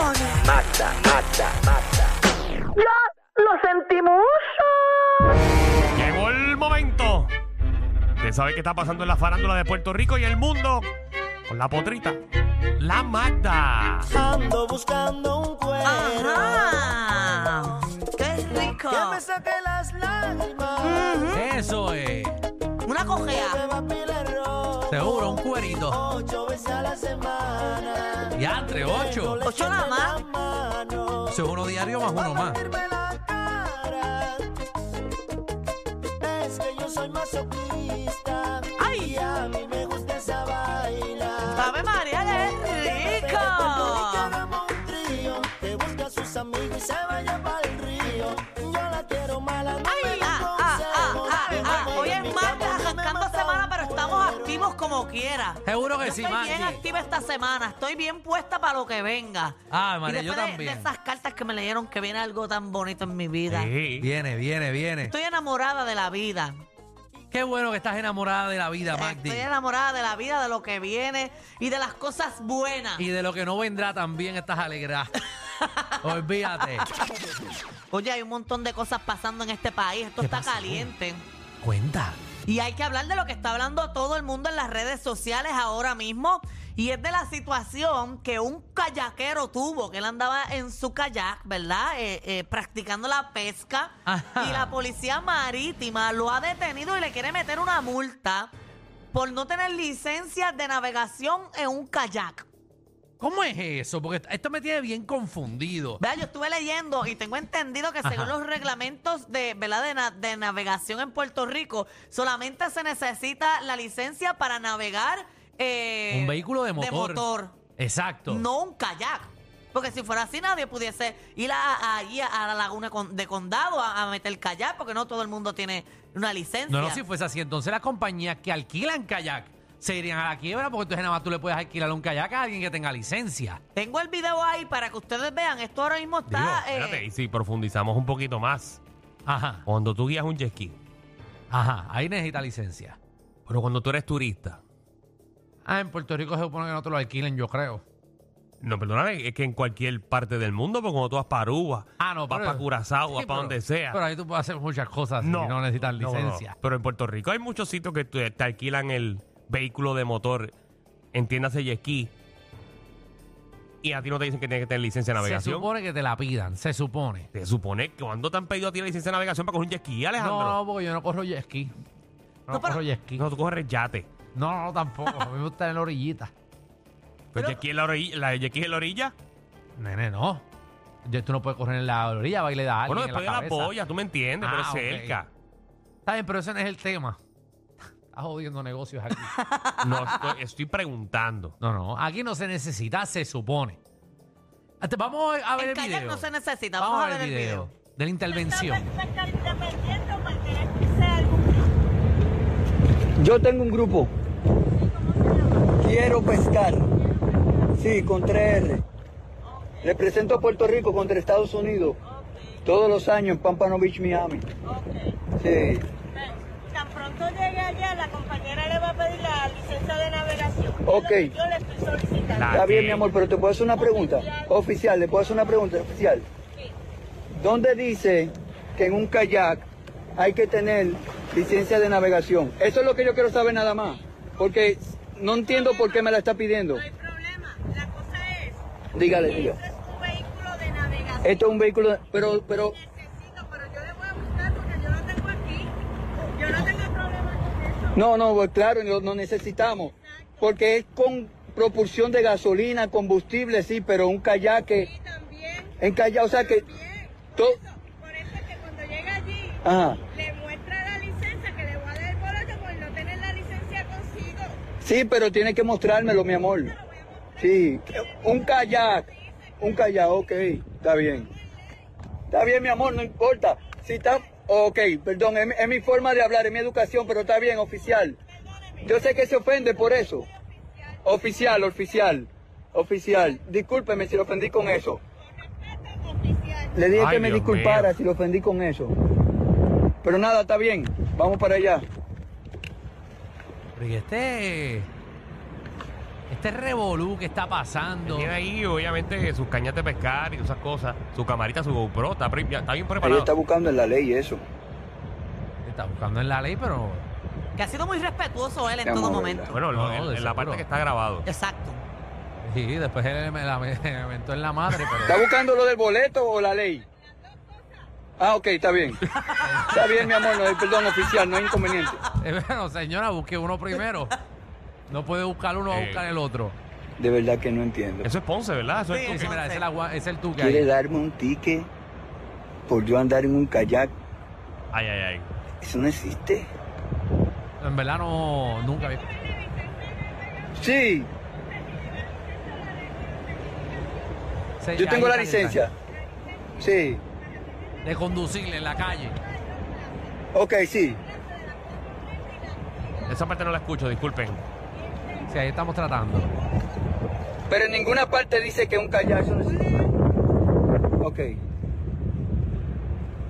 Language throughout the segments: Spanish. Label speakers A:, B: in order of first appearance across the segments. A: Mata, mata, mata.
B: ¡Lo, lo sentimos!
C: Llegó el momento de saber qué está pasando en la farándula de Puerto Rico y el mundo con la potrita, la Magda.
D: Ando buscando un cuero
E: Ajá. Qué rico.
D: que me saque las lágrimas.
E: Ujú.
F: Eso es.
E: Una
D: Que
E: cojea.
D: va pila de ron,
F: Seguro, un cuerito.
D: ocho veces a la semana.
F: Y entre ocho.
E: Ocho nada más.
D: Mano,
F: Eso es uno diario más uno más.
D: sirve la cara. Es que yo soy masoquista.
E: Ay.
D: Y a mí me gusta esa vaina.
E: Ave María, qué
D: Te propongo que
E: rico.
D: hagamos un trío. Que busque a sus amigos y se vaya el río. Yo la quiero mala, no me
E: Ay,
D: la
E: ah, ah, ah, ah,
D: conservo.
E: ah. Hoy
D: Mi
E: es
D: cama
E: martes,
D: a mí me
E: arrancando
D: mata
E: semana,
D: un
E: pero estamos
D: cuero.
E: activos como quiera.
F: Seguro que sí,
E: Estoy bien
F: Maggi.
E: activa esta semana, estoy bien puesta para lo que venga.
F: Ah, María,
E: y
F: yo
E: después de- De,
F: también.
E: esas cartas que me leyeron que viene algo tan bonito en mi vida.
C: Sí.
F: Viene, viene, viene.
E: Estoy enamorada de la vida.
F: Qué bueno que estás enamorada de la vida, Magdi.
E: Estoy enamorada de la vida, de lo que viene y de las cosas buenas.
F: Y de lo que no vendrá también estás alegrada. Olvídate.
E: Oye, hay un montón de cosas pasando en este país. Esto
F: ¿Qué
E: está
F: pasó?
E: caliente.
F: Cuenta.
E: Y hay que hablar de lo que está hablando todo el mundo en las redes sociales ahora mismo. Y es de la situación que un kayakero tuvo, que él andaba en su kayak, ¿verdad? Eh, eh, practicando la pesca.
F: Ajá.
E: Y la policía marítima lo ha detenido y le quiere meter una multa por no tener licencia de navegación en un kayak.
F: ¿Cómo es eso? Porque esto me tiene bien confundido.
E: Vea, yo estuve leyendo y tengo entendido que según
F: Ajá.
E: los reglamentos de, ¿verdad? de, na- de navegación en Puerto Rico, solamente se necesita la licencia para navegar eh,
F: Un vehículo de motor.
E: de motor,
F: Exacto.
E: no un kayak. Porque si fuera así, nadie pudiese ir a, a- allí a, la laguna con- de condado a, a meter kayak, porque no todo el mundo tiene una licencia.
F: No, no, si fuese así, entonces las compañías que alquilan kayak se irían a la quiebra porque entonces nada más tú le puedes alquilar un kayak a alguien que tenga licencia.
E: Tengo el video ahí para que ustedes vean. Esto ahora mismo
C: Digo,
E: está. eh,
C: espérate, y si profundizamos un poquito más,
F: Ajá,
C: cuando tú guías un jet ski,
F: ajá, ahí necesita licencia.
C: pero cuando tú eres turista,
F: Ah, en Puerto Rico se supone que no te lo alquilen, yo creo.
C: no, perdóname, es que en cualquier parte del mundo, porque cuando tú vas para Aruba,
F: Ah, no,
C: vas
F: pero-
C: para Curazao,
F: Sí,
C: vas para
F: pero-
C: donde sea.
F: Pero ahí tú puedes hacer muchas cosas y no necesitas
C: no, no.
F: licencia.
C: Pero en Puerto Rico hay muchos sitios que te, te alquilan el vehículo de motor, entiéndase jet ski, y a ti no te dicen que tienes que tener licencia de
F: Se
C: navegación.
F: supone que te la pidan, se supone.
C: Se supone que cuando te han pedido a ti la licencia de navegación para coger un jet ski, Alejandro.
F: No, no, porque yo no corro jet ski. No,
E: No, pero-
F: corro jet ski.
C: No, tú coges el yate.
F: No, no, tampoco. A mí me gusta en la orillita.
C: Pero, jet ski en la orilla, la jet ski en la orilla.
F: Nene, no. Yo, tú no puedes correr en la orilla, baile da alguien
C: Bueno,
F: en la
C: después de la
F: cabeza.
C: polla, tú me entiendes,
F: Ah,
C: pero es
F: ok.
C: cerca.
F: Está bien, pero ese no es el tema. Estás jodiendo negocios aquí.
C: No, estoy, estoy preguntando.
F: No, no. Aquí no se necesita, se supone. Este, Vamos a ver
E: En
F: el
E: kayak
F: video.
E: no se necesita. Vamos, a ver el video.
F: de la intervención.
G: Yo tengo un grupo. Quiero pescar. Sí, con 3R. Represento a Puerto Rico contra Estados Unidos. Todos los años en Pampano Beach, Miami. Sí.
H: Tan pronto llegue allá, la compañera le va a pedir la licencia de navegación. Yo
G: Ok.
H: le estoy solicitando.
C: La
G: Está bien,
C: que-
G: mi amor, pero te puedo hacer una pregunta. Oficial, le puedo hacer una pregunta oficial. ¿Dónde dice que en un kayak hay que tener licencia de navegación? Eso es lo que yo quiero saber nada más. Porque no entiendo por qué me la está pidiendo.
H: No hay problema. La cosa es,
G: Dígale,
H: que
G: dígale.
H: este es un vehículo de navegación.
G: Esto es un vehículo, pero, pero,
H: Necesito, pero yo le voy a buscar porque yo lo tengo aquí. Yo no tengo problema con eso.
G: no, no, pues claro, lo, lo necesitamos, porque es con propulsión de gasolina, combustible, sí, pero un kayak,
H: Y también,
G: en kayak, o sea que,
H: bien. Por,
G: Todo-
H: eso, por eso es que cuando llegue allí,
G: ajá,
H: le muestra la licencia que le voy a dar el boleto por no tener la licencia consigo.
G: sí, pero tiene que mostrármelo, mi amor, sí, un kayak, un kayak, ok, está bien, está bien, mi amor, no importa, si está, ok, perdón, es, mi- es mi forma de hablar, es mi educación, pero está bien, oficial, yo sé que se ofende por eso, Oficial, oficial, oficial. Discúlpeme si lo ofendí con eso.
H: Oficial.
G: Le dije
C: Ay,
G: que me
C: Dios
G: disculpara
C: mío.
G: si lo ofendí con eso. Pero nada, está bien. Vamos para allá.
F: Pero y este. este revolú que está pasando.
C: Tiene ahí, obviamente, sus cañas de pescar y esas cosas. Su camarita, su GoPro. Está, pre- ya está bien
G: Ella
C: preparado.
G: está buscando en la ley eso.
F: Está buscando en la ley, pero
E: Que ha sido muy respetuoso él en
G: Te amo,
E: todo
G: ¿verdad?
E: momento.
C: Bueno,
F: No,
C: en-
F: de
C: en la
F: seguro.
C: parte que está grabado.
E: Exacto.
F: sí, después él me la me la aventó en la madre,
G: ¿Está
F: pero
G: buscando lo del boleto o la ley? Ah, ok, está bien. Está bien, mi amor, no hay perdón oficial, no hay inconveniente.
F: Eh, bueno, señora, busque uno primero. No puede buscar uno, va a
C: Eh.
F: buscar el otro.
G: De verdad que no entiendo.
C: Eso es Ponce, ¿verdad? Eso
E: Sí,
C: es
F: Ese,
C: Tuca.
F: mira, ese es, la gua- ese es el tuque
G: ¿Quiere
F: ahí.
G: darme un ticket por yo andar en un kayak?
C: Ay, ay, ay.
G: Eso no existe.
F: En verdad no, nunca vi.
G: Sí,
F: Ese-
G: yo
F: ahí
G: tengo la
F: está el
G: licencia. Sí,
F: detalle. De conducirle en la calle.
G: ok, sí.
C: Esa parte no la escucho, disculpen.
F: Sí, ahí estamos tratando.
G: Pero en ninguna parte dice que un kayak eso no existe. Ok,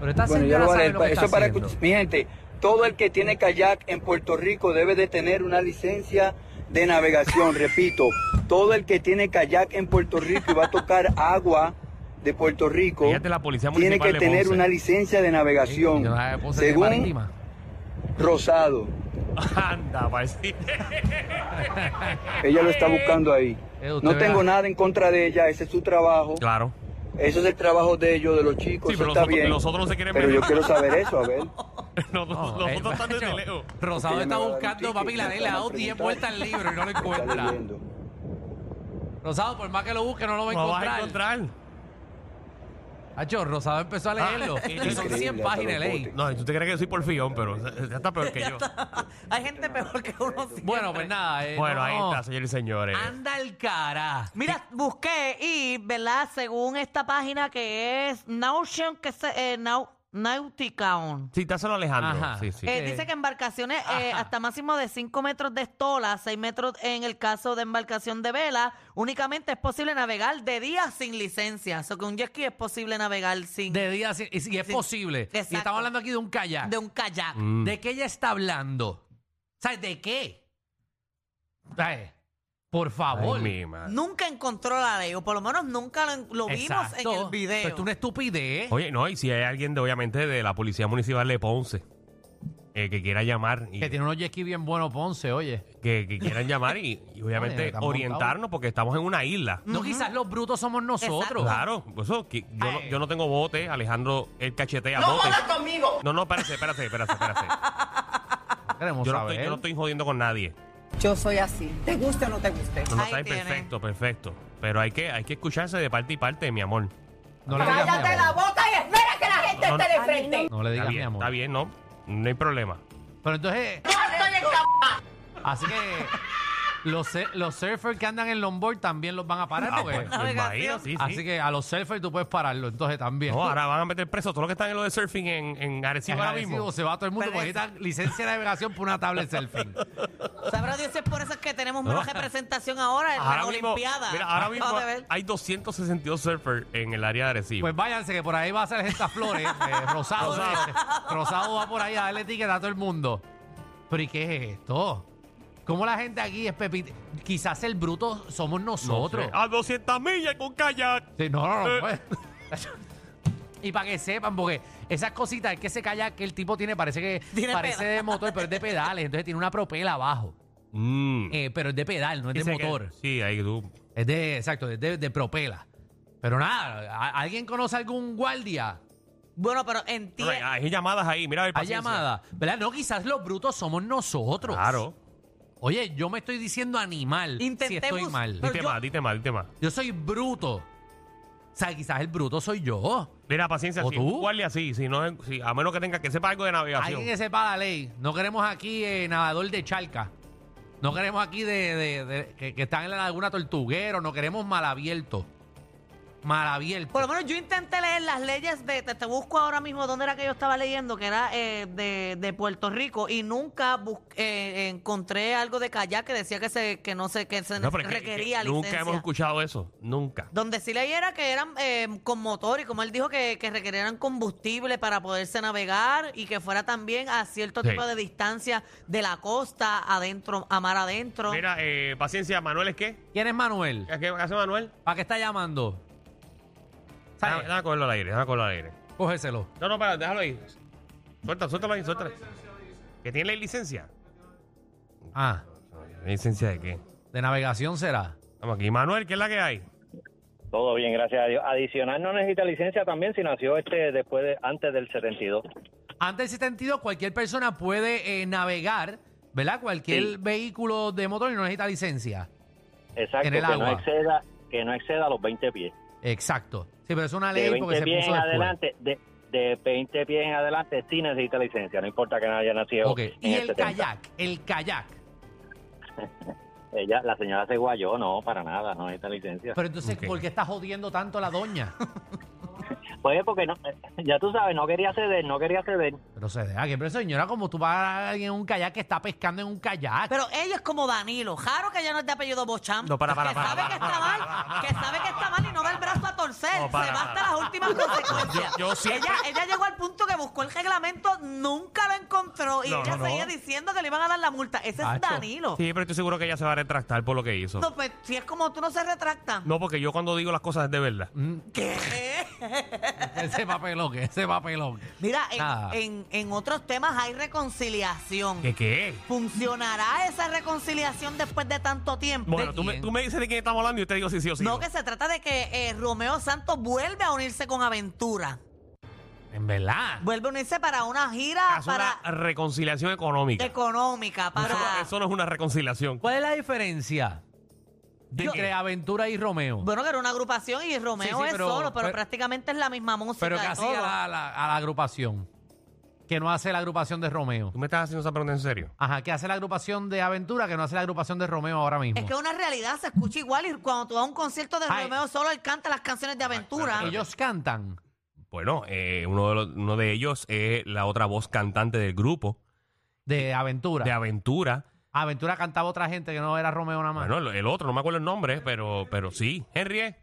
F: Pero esta
G: bueno, yo
F: señora
G: lo voy a
F: sabe
G: leer.
F: lo que
G: Eso
F: está
G: para
F: haciendo.
G: escuch- Mi gente, todo el que tiene kayak en Puerto Rico debe de tener una licencia de navegación. Repito, todo el que tiene kayak en Puerto Rico y va a tocar agua de Puerto Rico
C: Fíjate, la policía
G: tiene
C: municipal
G: que
C: de
G: tener
C: Ponce.
G: una licencia de navegación.
F: Sí, yo la puse de
G: según
F: marítima.
G: Rosado.
C: Anda, pa' decir.
G: Ella lo está buscando ahí.
F: Eh, usted
G: No tengo
F: verá.
G: nada en contra de ella, ese es su trabajo.
C: Claro.
G: Eso es el trabajo de ellos, de los chicos,
C: Sí,
G: eso
C: pero los
G: está
C: otros-
G: bien.
C: los otros no se quieren
G: pero yo
C: meter.
G: quiero saber eso, a ver.
C: Los,
F: No,
C: los
F: eh,
C: otros están desde
F: macho,
C: lejos.
F: Rosado está
G: Porque ella me va a dar un
F: buscando,
G: ticket,
F: papi, la
G: ya
F: ley le
G: está,
F: ha
G: me
F: dado
G: va a
F: 10
G: preguntar.
F: vueltas al libro y no lo
G: Está
F: encuentra.
G: leyendo.
F: Rosado, por más que lo busque, no lo va a
C: Lo vas
F: encontrar.
C: a encontrar.
F: Hacho, Rosado empezó a leerlo.
C: Ah,
F: y son
G: Increíble,
F: 100
G: hasta
F: páginas de
G: los
F: ley.
G: botes.
C: No, tú te crees que yo soy porfión, pero ya está peor que yo.
E: Hay gente peor que uno siempre.
F: Bueno, pues nada. eh,
C: Bueno,
F: no,
C: ahí está, señores y señores.
F: Anda el cara.
E: Mira, busqué y, ¿verdad? Según esta página que es Naution, que se, eh, Nau- Nauticaon.
C: Sí, dáselo a Alejandro.
F: Ajá.
C: Sí, sí.
E: Eh,
F: Eh,
E: dice que embarcaciones eh,
F: ajá.
E: hasta máximo de 5 metros de estola, 6 metros en el caso de embarcación de vela, únicamente es posible navegar de día sin licencia. O sea, que un jet ski es posible navegar sin
F: De día, sí, y, y es
E: Sí,
F: posible. Y
E: exacto.
F: estamos hablando aquí de un kayak.
E: de un kayak.
C: Mm.
F: ¿De qué ella está hablando? ¿Sabes de qué? Ay, por favor.
C: Ay, mi madre.
E: Nunca encontró la ley, o por lo menos nunca lo, lo vimos
F: Exacto.
E: en el video.
F: Pero es una estupidez.
C: Oye, no, y si hay alguien, de, obviamente, de la Policía Municipal de Ponce eh, que quiera llamar y
F: Que tiene unos jet ski bien buenos, Ponce, oye.
C: que, que quieran llamar y, y
F: Oye,
C: obviamente
F: estamos
C: orientarnos porque estamos en una isla.
F: No, quizás los brutos somos nosotros.
C: Claro, pues eso, que yo, no,
F: Ay.
C: yo no tengo bote, Alejandro, él cachetea bote. conmigo! No, no, espérate, espérate, espérate, espérate.
F: Queremos
C: Yo no,
F: saber.
C: estoy, yo no estoy jodiendo con nadie.
I: Yo soy así. ¿Te guste o no te guste?
C: No, no,
E: Ahí
C: está bien,
E: tiene.
C: perfecto, perfecto. Pero hay que, hay que escucharse de parte y parte, mi amor.
F: No le digas mi amor.
I: boca y espera que la gente
C: No, no.
I: de frente.
F: No
C: Está
F: le digas mi
C: bien,
F: amor.
C: está bien, ¿no? No hay problema.
F: Pero entonces. Así que. Los, sur- los surfers que andan en longboard también los van a parar.
C: Ah,
F: porque-
C: pues, pues,
E: Navegación.
C: imagino, sí, sí.
F: Así que a los surfers tú puedes pararlo. Entonces también.
C: No, ahora van a meter presos todos los que están en lo de surfing en, en Arecibo ahora
F: Agradecido,
C: mismo.
F: se va todo el mundo porque necesitan licencia de navegación por una tablet selfie.
E: Sabrá Dios si es por eso que tenemos menos representación ahora en
C: Ahora
E: la
C: mismo,
E: Olimpiada.
C: mira, ahora
E: Acabo
C: mismo
E: de ver.
C: hay 262 surfers en el área de Arecibo.
F: Pues váyanse, que por ahí va a ser estas flores. eh, rosado.
C: Rosado.
F: eh, Rosado va por ahí a darle etiqueta a todo el mundo. Pero ¿y qué es esto? ¿Cómo la gente aquí es pepita? Quizás el bruto somos
C: No
F: nosotros.
C: sé. A 200 millas con kayak.
F: Sí, no, no, no.
C: Eh.
F: pues. Y para que sepan, porque esas cositas, es que ese kayak que el tipo tiene parece que
E: Tiene
F: parece
E: pedal.
F: de motor, pero es de pedales. Entonces tiene una propela abajo.
C: Mm.
F: Eh, pero es de pedal, no es
C: Dice
F: de
C: que-
F: motor.
C: sí, ahí tú.
F: Es de, exacto, es de, de propela. Pero nada, ¿a- ¿alguien conoce algún guardia?
E: Bueno, pero entiende.
C: Pero Hay hay llamadas ahí, mira, hay
F: Hay
C: paciencia.
F: llamada. ¿Verdad? No, quizás los brutos somos nosotros.
C: Claro.
F: Oye, yo me estoy diciendo animal si
E: Intenté
F: estoy
E: bus-
F: mal.
E: Pero
C: Dite
E: yo-
C: más, dite más, dite más.
F: Yo soy bruto. O sea, quizás el bruto soy yo.
C: Mira, paciencia,
F: ¿O
C: sí.
F: tú?
C: un guardia sí, si no, es- sí, a menos que tenga que sepa algo de navegación.
F: Alguien que sepa la ley. No queremos aquí eh, nadador de charca. No queremos aquí de, de- de- que, que están en la laguna tortuguero. No queremos mal abierto. mal abierto.
E: Por lo menos yo intenté leer las leyes de. Te, te busco ahora mismo dónde era que yo estaba leyendo, que era eh, de, de Puerto Rico, y nunca bus- eh, encontré algo de kayak que decía que se que no sé que se
C: No, pero es que-
E: requería
C: que nunca
E: licencia.
C: hemos escuchado eso. Nunca.
E: Donde sí leí era que eran eh, con motor y como él dijo que, que requerían combustible para poderse navegar y que fuera también a cierto
C: Sí.
E: tipo de distancia de la costa, adentro, a mar adentro.
C: Mira, eh, paciencia, Manuel, ¿es qué?
F: ¿Quién es Manuel?
C: ¿Qué qué hace Manuel?
F: ¿Para qué está llamando?
C: Déjame, déjame cogerlo al aire, déjame cogerlo al aire.
F: Cógeselo.
C: No, no, para, déjalo ahí. Suelta, suéltalo ahí, suéltalo. ¿Que tiene la licencia?
F: Ah,
C: ¿La licencia de qué?
F: de navegación será.
C: Vamos aquí. Manuel, ¿qué es la que hay?
J: Todo bien, gracias a Dios. Adicional no necesita licencia también si nació este después de, antes del 72.
F: Antes del 72, cualquier persona puede eh, navegar, ¿verdad? Cualquier
J: Sí.
F: vehículo de motor y no necesita licencia.
J: Exacto,
F: En el
J: que no
F: agua.
J: exceda que no exceda los 20 pies.
F: Exacto. Sí, pero es una
J: De
F: ley porque
J: 20
F: se
J: pies
F: puso
J: en
F: después.
J: adelante, de, de 20 pies en adelante sí necesita licencia, no importa que no haya nacido.
F: Ok.
J: en
F: Y el
J: 70.
F: kayak, el kayak.
J: Ella, la señora se guayó, no, para nada, no necesita licencia.
F: Pero entonces,
C: Ok.
F: ¿por qué está jodiendo tanto a la doña?
J: Pues porque no, ya tú sabes, no quería ceder, no quería ceder.
F: Pero se deja que, pero señora, como tú vas a alguien en un kayak que está pescando en un kayak.
E: Pero ella es como Danilo. Jaro que ella no es de apellido Bocham.
C: No, para, para,
E: que
C: para,
E: sabe
C: para,
E: que está
C: para,
E: mal.
C: para, para,
E: que sabe que está mal y no da el brazo a torcer.
C: No, para,
E: Se va hasta
C: para.
E: las últimas consecuencias.
C: Yo- yo siempre-
E: ella, ella llegó al punto que buscó el reglamento, nunca lo encontró y
C: No,
E: ella
C: no, no.
E: seguía diciendo que le iban a dar la multa. Ese es
F: Tacho.
E: Danilo.
C: Sí, pero estoy seguro que ella se va a retractar por lo que hizo.
E: No, pues, si es como tú no se retracta.
C: No, porque yo cuando digo las cosas es de verdad.
E: ¿Qué?
F: Ese papelón, ese papelón.
E: Mira, en-
F: Nada.
E: en, en otros temas hay reconciliación.
C: Ah. ¿Qué qué?
E: ¿Funcionará esa reconciliación después de tanto tiempo?
C: Bueno, tú me,
F: quién?
C: tú me dices de quién estamos hablando y yo te digo sí, sí o sí.
E: No, que se trata de que eh, Romeo Santos vuelve a unirse con Aventura.
F: En verdad.
E: Vuelve a unirse para una gira
C: Es
E: para
C: una reconciliación económica.
E: económica, para...
C: Eso, no- eso no es una reconciliación.
F: ¿Cuál es la diferencia
C: ¿De
F: entre
C: qué?
F: Aventura y Romeo?
E: Bueno, que era una agrupación y Romeo
F: Sí, sí,
E: es
F: pero-
E: solo, pero,
F: pero-
E: prácticamente es la misma música.
F: Pero
E: y
F: que
E: todo.
F: hacía la- la- a la agrupación. Que no hace la agrupación de Romeo.
C: ¿Tú me estás haciendo esa pregunta en serio?
F: Ajá, que hace la agrupación de Aventura, que no hace la agrupación de Romeo ahora mismo.
E: Es que es una realidad, se escucha igual y cuando tú vas a un concierto de
F: Ay.
E: Romeo solo, él canta las canciones de Aventura.
F: Ellos cantan.
C: Bueno, eh, uno, de los- uno de ellos es la otra voz cantante del grupo,
F: De Aventura.
C: de Aventura.
F: Aventura cantaba otra gente que no era Romeo nada más.
C: Bueno, el, el otro, no me acuerdo el nombre, pero, pero sí. ¿Henry es?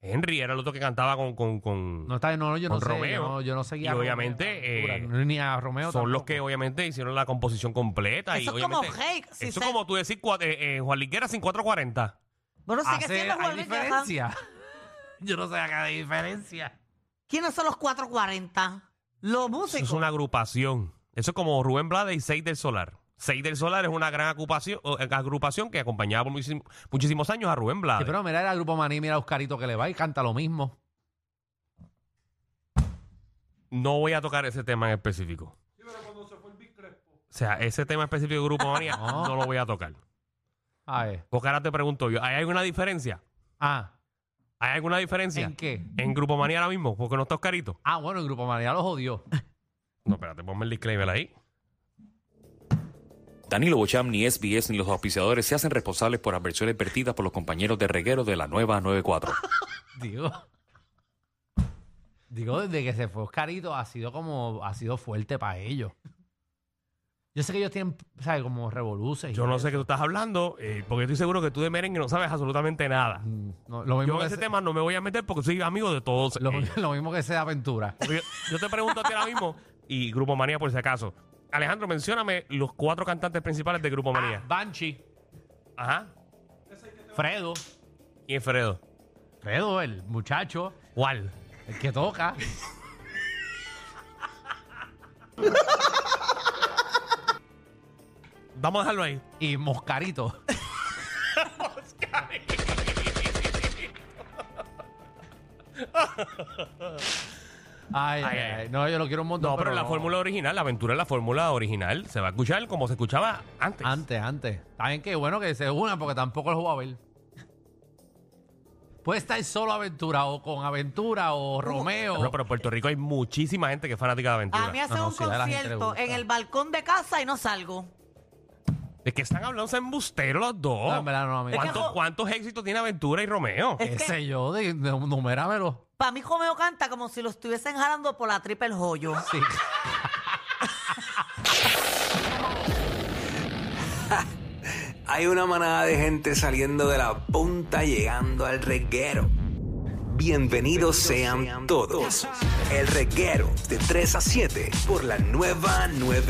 C: Henry era el otro que cantaba con... con, con-
F: no está no, no, yo no
C: con
F: sé.
C: Romeo.
F: Yo no, yo no seguía.
C: Y
F: a Romeo,
C: obviamente,
F: a
C: eh,
F: ni a Romeo.
C: son los
F: tampoco.
C: que obviamente hicieron la composición completa.
E: Eso
C: y
E: es como
C: obviamente-
E: Jake, si
C: eso
E: se-
C: es como tú decir cua- eh, eh, Juan Liguera sin 440.
E: bueno, sigue
F: Hace-
E: siendo
F: hay
E: Juan Luis Guerra.
F: diferencia. yo no sé acá de diferencia.
E: ¿Quiénes son los 440? Los
C: Eso
E: músicos.
C: es una agrupación. Eso es como Rubén Blades y Seis del Solar. Seis del Solar es una gran agrupación, o, eh, agrupación que acompañaba por muchísim- muchísimos años a Rubén
F: Sí,
C: Blades.
F: pero mira era el grupo Maní, mira a Oscarito que le va y canta lo mismo.
C: No voy a tocar ese tema en específico. O sea, ese tema específico de Grupo Manía
F: No.
C: no lo voy a tocar.
F: A ver.
C: Porque ahora te pregunto yo, ¿hay alguna diferencia?
F: Ah,
C: ¿Hay alguna diferencia?
F: ¿en qué?
C: En Grupo Manía ahora mismo, porque no está Oscarito.
F: Ah, bueno, el grupo Maní ya los odió.
C: No, espérate, ponme el disclaimer ahí.
K: Danilo Bocham, ni SBS, ni los auspiciadores se hacen responsables por adversiones vertidas por los compañeros de reguero de la nueva 94.
F: Digo. Digo, desde que se fue Oscarito ha sido como. ha sido fuerte para ellos. Yo sé que ellos tienen, ¿sabes? Como revoluces. y
C: Yo no
F: eso.
C: sé qué tú estás hablando, eh, porque estoy seguro que tú de merengue no sabes absolutamente nada.
F: Mm, no, lo,
C: Yo
F: mismo
C: en
F: que
C: ese
F: se-
C: tema no me voy a meter porque soy amigo de todos.
F: lo,
C: ellos.
F: lo mismo que sea aventura.
C: Porque Yo, yo te pregunto a ti ahora mismo, y Grupo Manía por si acaso. Alejandro, mencióname los cuatro cantantes principales de Grupo
F: Ah,
C: Manía.
F: Banshee,
C: Ajá.
F: Ah. Fredo.
C: ¿Y Fredo?
F: Fredo, el muchacho,
C: ¿Cuál?
F: el que toca.
C: Vamos a dejarlo ahí.
F: Y Moscarito. Ay, ay, ay. No, yo lo quiero un montón.
C: No, pero, la fórmula original, la aventura es la fórmula original. Se va a escuchar como se escuchaba antes.
F: Antes, antes. También que bueno que se unan porque tampoco los voy a ver. Puede estar solo Aventura o con Aventura o Romeo.
C: No, pero en Puerto Rico hay muchísima gente que
F: Ah,
C: es fanática de aventura.
E: A mí hacen
F: No, no,
E: un
F: sí, a la gente le
E: concierto
F: gusta.
E: en el balcón de casa y no salgo.
C: Sí, Es que están hablando, son embusteros los dos.
F: No, en verdad no, amigo.
C: ¿Cuántos, cuántos éxitos tiene Aventura y Romeo?
F: ¿Qué sé yo? De, de- numéramelo.
E: Para mí Romeo canta como si lo estuviesen jalando por la triple joyo.
F: Sí.
H: Hay una manada de gente saliendo de la punta llegando al reguero. Bienvenidos sean todos. El reguero de 3 a 7 por la nueva 9.